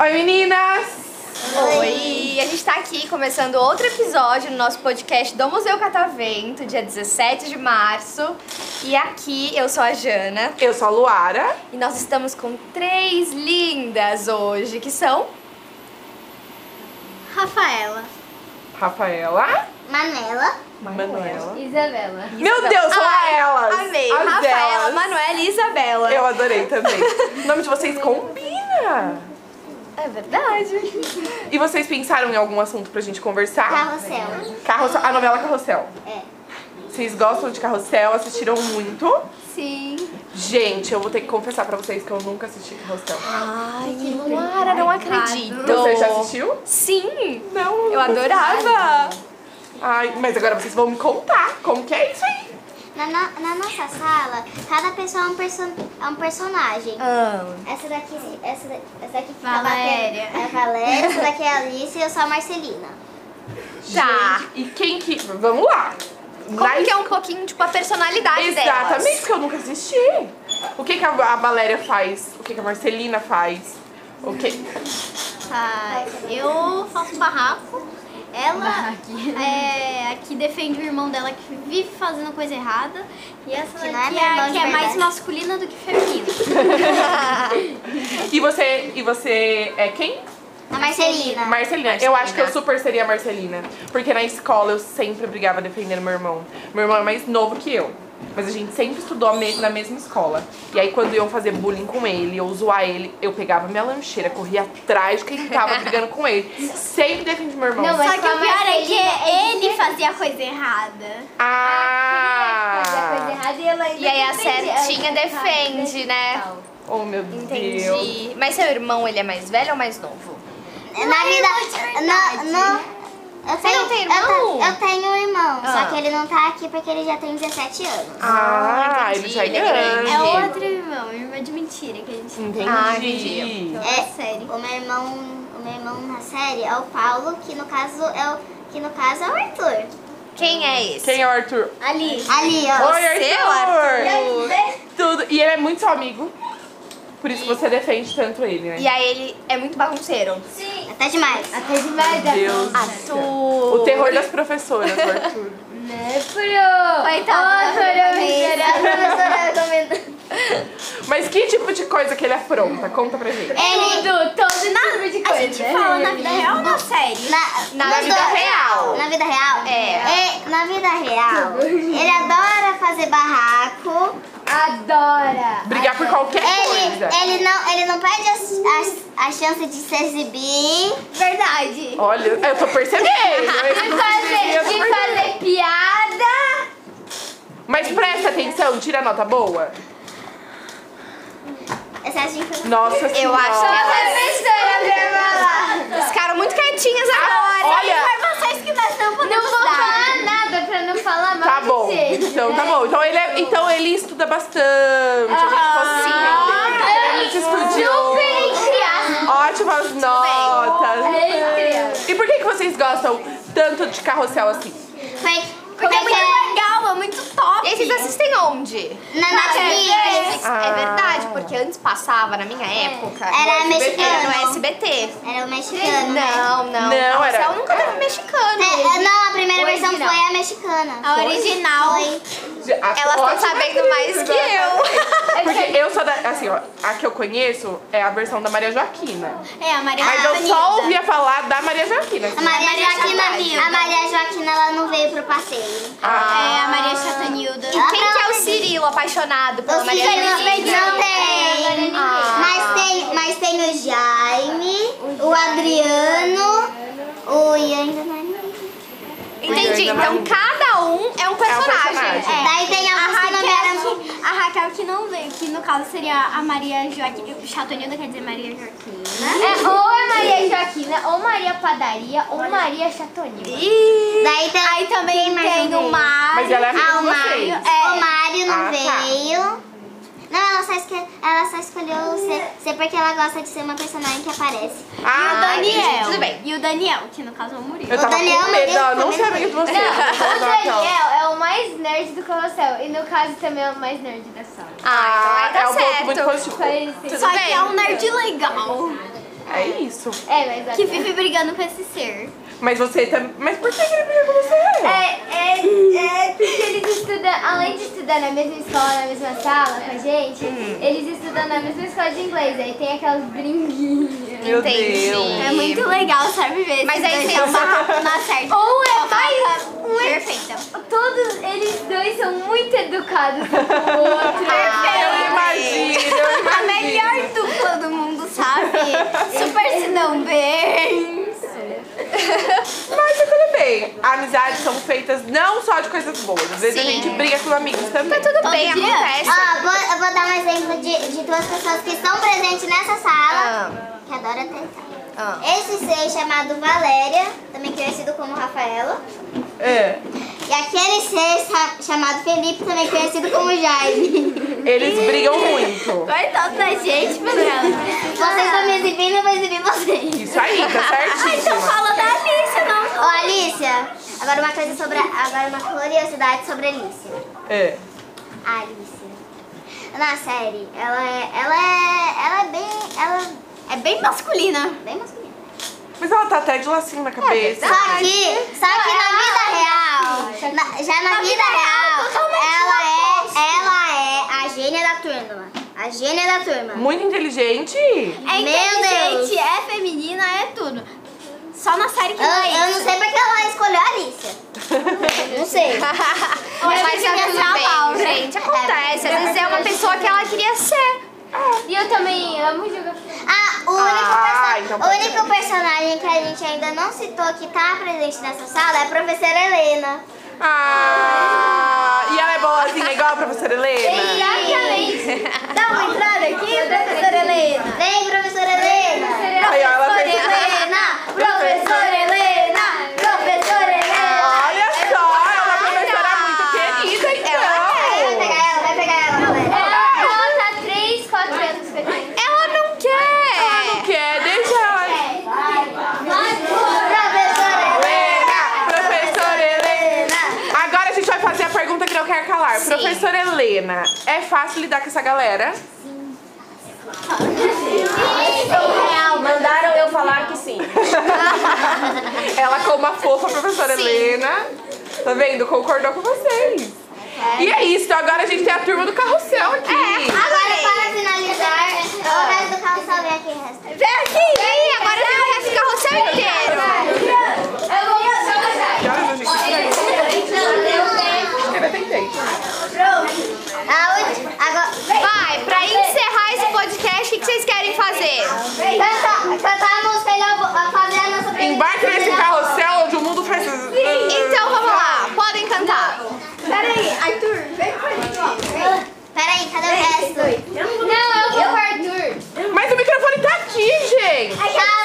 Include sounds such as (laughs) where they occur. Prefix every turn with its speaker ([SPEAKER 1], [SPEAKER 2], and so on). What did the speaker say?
[SPEAKER 1] Oi, meninas!
[SPEAKER 2] Oi! A gente tá aqui começando outro episódio no nosso podcast do Museu Catavento, dia 17 de março. E aqui eu sou a Jana
[SPEAKER 1] Eu sou a Luara.
[SPEAKER 2] e nós estamos com três lindas hoje, que são
[SPEAKER 3] Rafaela.
[SPEAKER 1] Rafaela.
[SPEAKER 3] Manela.
[SPEAKER 1] Manuela.
[SPEAKER 3] Isabela.
[SPEAKER 1] Meu Deus, são
[SPEAKER 2] Ai,
[SPEAKER 1] elas!
[SPEAKER 2] Ah, Amei!
[SPEAKER 1] As
[SPEAKER 2] Rafaela,
[SPEAKER 1] delas.
[SPEAKER 2] Manuela e Isabela.
[SPEAKER 1] Eu adorei também. O nome de vocês combina!
[SPEAKER 2] É verdade.
[SPEAKER 1] E vocês pensaram em algum assunto pra gente conversar?
[SPEAKER 3] Carrossel.
[SPEAKER 1] Carrossel. A novela Carrossel.
[SPEAKER 3] É.
[SPEAKER 1] Vocês gostam de Carrossel? Assistiram muito?
[SPEAKER 2] Sim.
[SPEAKER 1] Gente, eu vou ter que confessar pra vocês que eu nunca assisti Carrossel.
[SPEAKER 2] Ai, Luara, não acredito.
[SPEAKER 1] Você já assistiu?
[SPEAKER 2] Sim!
[SPEAKER 1] Não.
[SPEAKER 2] Eu adorava!
[SPEAKER 1] Ai, mas agora vocês vão me contar como que é isso aí.
[SPEAKER 3] Na, no- na nossa sala, cada pessoa é um, person- é um personagem.
[SPEAKER 2] Amo.
[SPEAKER 3] Essa daqui, essa, da- essa daqui que
[SPEAKER 2] Valéria.
[SPEAKER 3] tá batendo. É a Valéria, essa daqui é a Alice e eu sou a Marcelina.
[SPEAKER 2] Tá.
[SPEAKER 1] Gente, Ah, E quem que. Vamos lá.
[SPEAKER 2] Como
[SPEAKER 1] Na
[SPEAKER 2] que é um pouquinho, tipo, a personalidade delas.
[SPEAKER 1] Exatamente, que eu nunca assisti. O que, que a, a Valéria faz? O que, que a Marcelina faz? O que?
[SPEAKER 4] Tá, eu faço um barraco. Ela é a que defende o irmão dela que vive fazendo coisa errada. E essa
[SPEAKER 3] Que
[SPEAKER 4] daqui
[SPEAKER 3] não é
[SPEAKER 4] é,
[SPEAKER 3] meu irmão
[SPEAKER 4] a
[SPEAKER 3] de
[SPEAKER 4] que é mais
[SPEAKER 3] verdade.
[SPEAKER 4] masculina do que feminina.
[SPEAKER 1] E você. E você é quem?
[SPEAKER 3] A Marcelina.
[SPEAKER 1] Marcelina. Eu acho que eu super seria a Marcelina. Porque na escola eu sempre brigava defendendo meu irmão. Meu irmão é mais novo que eu. Mas a gente sempre estudou a me- na mesma escola. E aí, quando iam fazer bullying com ele, ou zoar ele, eu pegava minha lancheira, corria atrás de quem tava brigando com ele. Sempre defendi meu irmão.
[SPEAKER 4] Só que o pior é que ele fazia coisa errada.
[SPEAKER 1] Ah!
[SPEAKER 2] E aí a certinha
[SPEAKER 1] tá
[SPEAKER 2] defende, né?
[SPEAKER 1] Oh, meu Deus.
[SPEAKER 2] Entendi. Mas seu irmão, ele é mais velho ou mais novo?
[SPEAKER 3] Na vida. na- na- eu
[SPEAKER 2] é não tem
[SPEAKER 3] tenho, eu te-
[SPEAKER 2] irmão?
[SPEAKER 3] Eu, tenho um irmão,
[SPEAKER 2] Ah.
[SPEAKER 3] só que ele não tá aqui porque ele já tem 17 anos.
[SPEAKER 1] Ah,
[SPEAKER 2] Ah,
[SPEAKER 1] ele
[SPEAKER 2] entendi.
[SPEAKER 1] já é
[SPEAKER 2] Ele é grande.
[SPEAKER 1] grande.
[SPEAKER 4] É outro irmão, irmã de mentira que a gente
[SPEAKER 1] Entendi.
[SPEAKER 2] Ah, entendi.
[SPEAKER 3] É.
[SPEAKER 4] é série.
[SPEAKER 3] O meu irmão, o meu irmão na série é o Paulo, que no caso é o, que no caso é o Arthur.
[SPEAKER 2] Quem é esse?
[SPEAKER 1] Quem é o Arthur?
[SPEAKER 4] Ali.
[SPEAKER 3] Ali, ó.
[SPEAKER 1] Oi,
[SPEAKER 2] Você,
[SPEAKER 1] Arthur! Tudo. E ele é muito seu amigo. Por isso você defende tanto ele, né?
[SPEAKER 2] E aí ele é muito bagunceiro.
[SPEAKER 3] Até demais.
[SPEAKER 1] Meu Deus.
[SPEAKER 4] Ah,
[SPEAKER 1] do céu.
[SPEAKER 2] Arthur.
[SPEAKER 1] O terror das professoras, o Arthur.
[SPEAKER 4] É tá
[SPEAKER 2] Coitado.
[SPEAKER 1] Mas que tipo de coisa que ele afronta? Conta pra gente.
[SPEAKER 3] Ele,
[SPEAKER 4] A gente fala na vida real ou na série?
[SPEAKER 3] é. na,
[SPEAKER 2] Na
[SPEAKER 3] nos
[SPEAKER 2] vida
[SPEAKER 3] dois-
[SPEAKER 2] real.
[SPEAKER 3] Na vida real?
[SPEAKER 2] É.
[SPEAKER 3] E- na vida real, ele adora fazer barraco.
[SPEAKER 4] Adora!
[SPEAKER 1] Brigar por qualquer
[SPEAKER 3] Ele,
[SPEAKER 1] É coisa.
[SPEAKER 3] ele, não, ele não perde a, a, a chance de se exibir.
[SPEAKER 4] Verdade!
[SPEAKER 1] Olha, eu tô percebendo. Esse grupo de meninas, eu tô percebendo.
[SPEAKER 4] piada!
[SPEAKER 1] Mas presta atenção, tira nota boa.
[SPEAKER 3] Excesso de informação.
[SPEAKER 1] Nossa
[SPEAKER 2] Eu
[SPEAKER 1] senhora.
[SPEAKER 2] acho que é elas ficaram muito quietinhas agora.
[SPEAKER 1] Ah, Olha,
[SPEAKER 4] Informações que nós não podemos
[SPEAKER 2] vou
[SPEAKER 4] dar.
[SPEAKER 2] falar
[SPEAKER 4] nada pra não falar mal né?
[SPEAKER 1] Tá bom. Então tá bom. Então ele, é- então ele estuda bastante.
[SPEAKER 2] Ah,
[SPEAKER 1] A gente consegue entender. Ele muito estudioso. Ótimas notas. E por que, que vocês gostam tanto de carrossel assim?
[SPEAKER 3] Foi,
[SPEAKER 2] Porque é
[SPEAKER 3] porque
[SPEAKER 2] muito legal, é muito top.
[SPEAKER 4] E
[SPEAKER 2] vocês
[SPEAKER 4] vocês
[SPEAKER 2] assistem onde?
[SPEAKER 4] Tá,
[SPEAKER 3] na
[SPEAKER 5] É,
[SPEAKER 3] nas livres
[SPEAKER 2] É verdade, porque antes passava, na minha
[SPEAKER 5] É.
[SPEAKER 2] época,
[SPEAKER 3] era
[SPEAKER 2] era no
[SPEAKER 3] mexicano.
[SPEAKER 2] SBT.
[SPEAKER 3] Era o mexicano. né?
[SPEAKER 2] Não, não.
[SPEAKER 1] Não, era-
[SPEAKER 2] Marcel nunca teve mexicano.
[SPEAKER 3] É, é, não, a primeira versão
[SPEAKER 4] Original.
[SPEAKER 3] foi a mexicana.
[SPEAKER 4] A original.
[SPEAKER 3] Foi.
[SPEAKER 2] Elas estão sabendo mais (laughs) que eu.
[SPEAKER 1] (laughs)
[SPEAKER 2] É
[SPEAKER 1] Porque eu sou da. Assim, ó, a que eu conheço é a versão da Maria Joaquina.
[SPEAKER 4] É, a
[SPEAKER 3] Ah,
[SPEAKER 4] Maria
[SPEAKER 1] Mas eu só ouvia falar da Maria Joaquina.
[SPEAKER 3] A Maria,
[SPEAKER 4] Maria
[SPEAKER 3] Joaquina,
[SPEAKER 4] Chapada.
[SPEAKER 3] a Maria Joaquina ela não veio pro passeio.
[SPEAKER 1] Ah,
[SPEAKER 4] É, a Maria Chatanilda.
[SPEAKER 2] Quem que é o Cirilo apaixonado pela
[SPEAKER 3] Os
[SPEAKER 2] Maria
[SPEAKER 3] filhos
[SPEAKER 2] Joaquina?
[SPEAKER 3] não
[SPEAKER 5] né?
[SPEAKER 3] tem. Ah. Mas tem, mas tem o Jaime, o Adriano, o Ian ainda não é ninguém.
[SPEAKER 2] Entendi. Então cada um é um personagem.
[SPEAKER 1] personagem.
[SPEAKER 3] Daí tem
[SPEAKER 4] A é
[SPEAKER 3] alguns que não
[SPEAKER 4] Raquel,
[SPEAKER 3] vieram.
[SPEAKER 4] que, a Raquel que não veio, que no caso seria a Maria Joaquina. Chatonilda quer dizer Maria né? Joaquina.
[SPEAKER 5] É, ou é Maria Joaquina, ou Maria Padaria, ou Maria Chatonil.
[SPEAKER 2] Ih,
[SPEAKER 3] Daí tem,
[SPEAKER 4] Aí também
[SPEAKER 3] Quem mais
[SPEAKER 4] tem
[SPEAKER 3] não
[SPEAKER 4] o
[SPEAKER 3] veio?
[SPEAKER 4] Mário.
[SPEAKER 1] Mas ela é amiga
[SPEAKER 3] ah, o
[SPEAKER 1] de é vocês.
[SPEAKER 3] Mário. O Mário não
[SPEAKER 1] Ah, tá.
[SPEAKER 3] veio. Não, ela só, esque- ela só escolheu ser, ser porque ela gosta de ser uma personagem que aparece.
[SPEAKER 1] Ah,
[SPEAKER 4] o Daniel.
[SPEAKER 2] tudo bem.
[SPEAKER 4] E o Daniel, que no caso é o Murilo.
[SPEAKER 1] Eu tava
[SPEAKER 3] Daniel
[SPEAKER 1] com medo,
[SPEAKER 3] mesmo
[SPEAKER 1] ela não
[SPEAKER 3] também
[SPEAKER 1] ser amiga de você.
[SPEAKER 5] O
[SPEAKER 1] Não,
[SPEAKER 2] tá
[SPEAKER 5] Daniel é o mais nerd do Colossal. E no caso também é o mais nerd da sala.
[SPEAKER 1] Ah,
[SPEAKER 2] Ah, então
[SPEAKER 1] é
[SPEAKER 2] aí tá
[SPEAKER 1] um ponto
[SPEAKER 2] certo.
[SPEAKER 1] muito positivo.
[SPEAKER 5] Foi assim.
[SPEAKER 4] Só que
[SPEAKER 2] bem.
[SPEAKER 4] é um nerd legal.
[SPEAKER 1] É isso.
[SPEAKER 5] É, mas
[SPEAKER 4] Que
[SPEAKER 5] olha.
[SPEAKER 4] vive brigando com esse ser.
[SPEAKER 1] Mas você também. Mas por que que ele briga com você?
[SPEAKER 5] É,
[SPEAKER 4] Hum.
[SPEAKER 5] é, é porque eles estudam, além de estudar na mesma escola, na mesma sala com a gente,
[SPEAKER 4] Hum.
[SPEAKER 5] eles estudam na mesma escola de inglês. Aí tem aquelas bringuinhas.
[SPEAKER 1] Meu
[SPEAKER 2] Entendi.
[SPEAKER 1] Deus.
[SPEAKER 4] É muito legal, sabe? Ver
[SPEAKER 2] Mas
[SPEAKER 4] esses
[SPEAKER 2] aí
[SPEAKER 4] dois
[SPEAKER 2] tem uma-
[SPEAKER 4] amarrados na certa.
[SPEAKER 5] Ou é mais.
[SPEAKER 4] Perfeita.
[SPEAKER 5] Todos eles dois são muito educados um com o
[SPEAKER 4] (laughs)
[SPEAKER 5] outro.
[SPEAKER 4] Ah.
[SPEAKER 2] É.
[SPEAKER 1] Eu imagino, eu
[SPEAKER 4] A
[SPEAKER 1] imagino.
[SPEAKER 4] melhor dupla do mundo, sabe? Super se dão bem.
[SPEAKER 1] Mas tá tudo bem. Amizades são feitas não só de coisas boas. Às vezes a
[SPEAKER 2] Sim. Tá
[SPEAKER 1] gente briga com amigos também.
[SPEAKER 2] Tudo
[SPEAKER 4] Todo
[SPEAKER 2] bem,
[SPEAKER 4] dia.
[SPEAKER 3] Ó,
[SPEAKER 2] acontece.
[SPEAKER 3] vou, eu vou dar um exemplo de, de duas pessoas que estão presentes nessa sala, que adora tentar.
[SPEAKER 2] Ah.
[SPEAKER 3] Esse ser chamado Valéria, também conhecido como Rafaela.
[SPEAKER 1] É.
[SPEAKER 3] E aquele ser cha- chamado Felipe, também conhecido como Jaime.
[SPEAKER 1] Eles brigam muito.
[SPEAKER 4] Coitado da gente, Manuela.
[SPEAKER 3] Vocês estão me exibindo, eu vou exibir vocês.
[SPEAKER 1] Isso aí, tá certíssimo.
[SPEAKER 4] Então Fala da
[SPEAKER 5] (laughs)
[SPEAKER 4] Alicia, não.
[SPEAKER 3] Ô, Alicia, agora uma coisa sobre. a- Agora uma curiosidade sobre a Alicia.
[SPEAKER 1] É.
[SPEAKER 3] A Alicia. Na série, ela é. Ela é. Ela é bem. Ela
[SPEAKER 4] É bem masculina.
[SPEAKER 3] é bem masculina.
[SPEAKER 1] Mas ela tá até de lacinho na cabeça.
[SPEAKER 3] Só que. Só que na vida real. na- já na, vida, real, ela é. Ela é a gênia da turma. A gênia da turma.
[SPEAKER 1] Muito inteligente.
[SPEAKER 4] É
[SPEAKER 3] Meu
[SPEAKER 4] inteligente,
[SPEAKER 3] Deus.
[SPEAKER 4] é feminina, é tudo. Só na série que
[SPEAKER 3] Eu,
[SPEAKER 4] não é
[SPEAKER 3] eu
[SPEAKER 4] isso.
[SPEAKER 3] não sei porque ela escolheu a
[SPEAKER 4] (laughs)
[SPEAKER 3] Alicia. não sei.
[SPEAKER 2] Mas tá tudo bem, gente. Acontece. Às vezes é uma pessoa que ela queria ser.
[SPEAKER 5] E eu também amo jogar futebol.
[SPEAKER 3] Ah, o único,
[SPEAKER 1] Ah,
[SPEAKER 3] perso-
[SPEAKER 1] então
[SPEAKER 3] o
[SPEAKER 1] pode
[SPEAKER 3] único personagem que a gente ainda não citou que tá presente nessa sala é a professora Helena.
[SPEAKER 1] Ah, e ela é boazinha igual a professora Helena?
[SPEAKER 5] Exatamente.
[SPEAKER 4] Dá uma entrada aqui, professora Helena.
[SPEAKER 3] Vem, professora Helena!
[SPEAKER 1] Aí ela fez...
[SPEAKER 4] Helena, professora Helena, professora Helena.
[SPEAKER 1] Olha só, ela é uma professora muito querida,
[SPEAKER 3] Vai
[SPEAKER 2] né,
[SPEAKER 1] então.
[SPEAKER 3] pegar ela, vai pegar ela, galera.
[SPEAKER 5] Ela, ela tá 3, 4 anos com a gente.
[SPEAKER 2] Ela não quer.
[SPEAKER 1] Não quer, deixa ela.
[SPEAKER 3] Professora
[SPEAKER 2] É.
[SPEAKER 1] Helena, professora Helena.
[SPEAKER 3] Helena!
[SPEAKER 1] Agora a gente vai fazer a pergunta que não quer calar. Professora Helena, é fácil lidar com essa galera?
[SPEAKER 6] Mandaram eu falar que sim.
[SPEAKER 1] Ela com uma fofa, professora Helena. Tá vendo? Concordou com vocês. E é isso, agora a gente tem a turma do carrossel aqui.
[SPEAKER 2] É.
[SPEAKER 3] Agora, para finalizar, o resto do carrossel vem aqui, resto.
[SPEAKER 2] Vem aqui. Vem, agora tem o resto do carrossel inteiro.
[SPEAKER 5] Eu vou mostrar
[SPEAKER 1] Que horas a gente tem? Acho que ainda tem tempo.
[SPEAKER 3] A última, agora...
[SPEAKER 2] Vai, pra encerrar esse podcast, o que vocês querem fazer?
[SPEAKER 3] Cantar, cantar a música, ele vai fazer a nossa primeira-
[SPEAKER 1] Embarque nesse carrossel onde o mundo faz...
[SPEAKER 2] Então vamos lá, podem cantar.
[SPEAKER 4] Peraí, Arthur, vem pra gente.
[SPEAKER 3] Peraí, cadê o resto?
[SPEAKER 5] Não, eu vou com o Arthur.
[SPEAKER 1] Mas o microfone tá aqui, gente.
[SPEAKER 3] Tá,
[SPEAKER 6] Ah,
[SPEAKER 1] é é Ah,
[SPEAKER 2] Ah.
[SPEAKER 3] É
[SPEAKER 2] tá
[SPEAKER 6] tá-
[SPEAKER 1] tá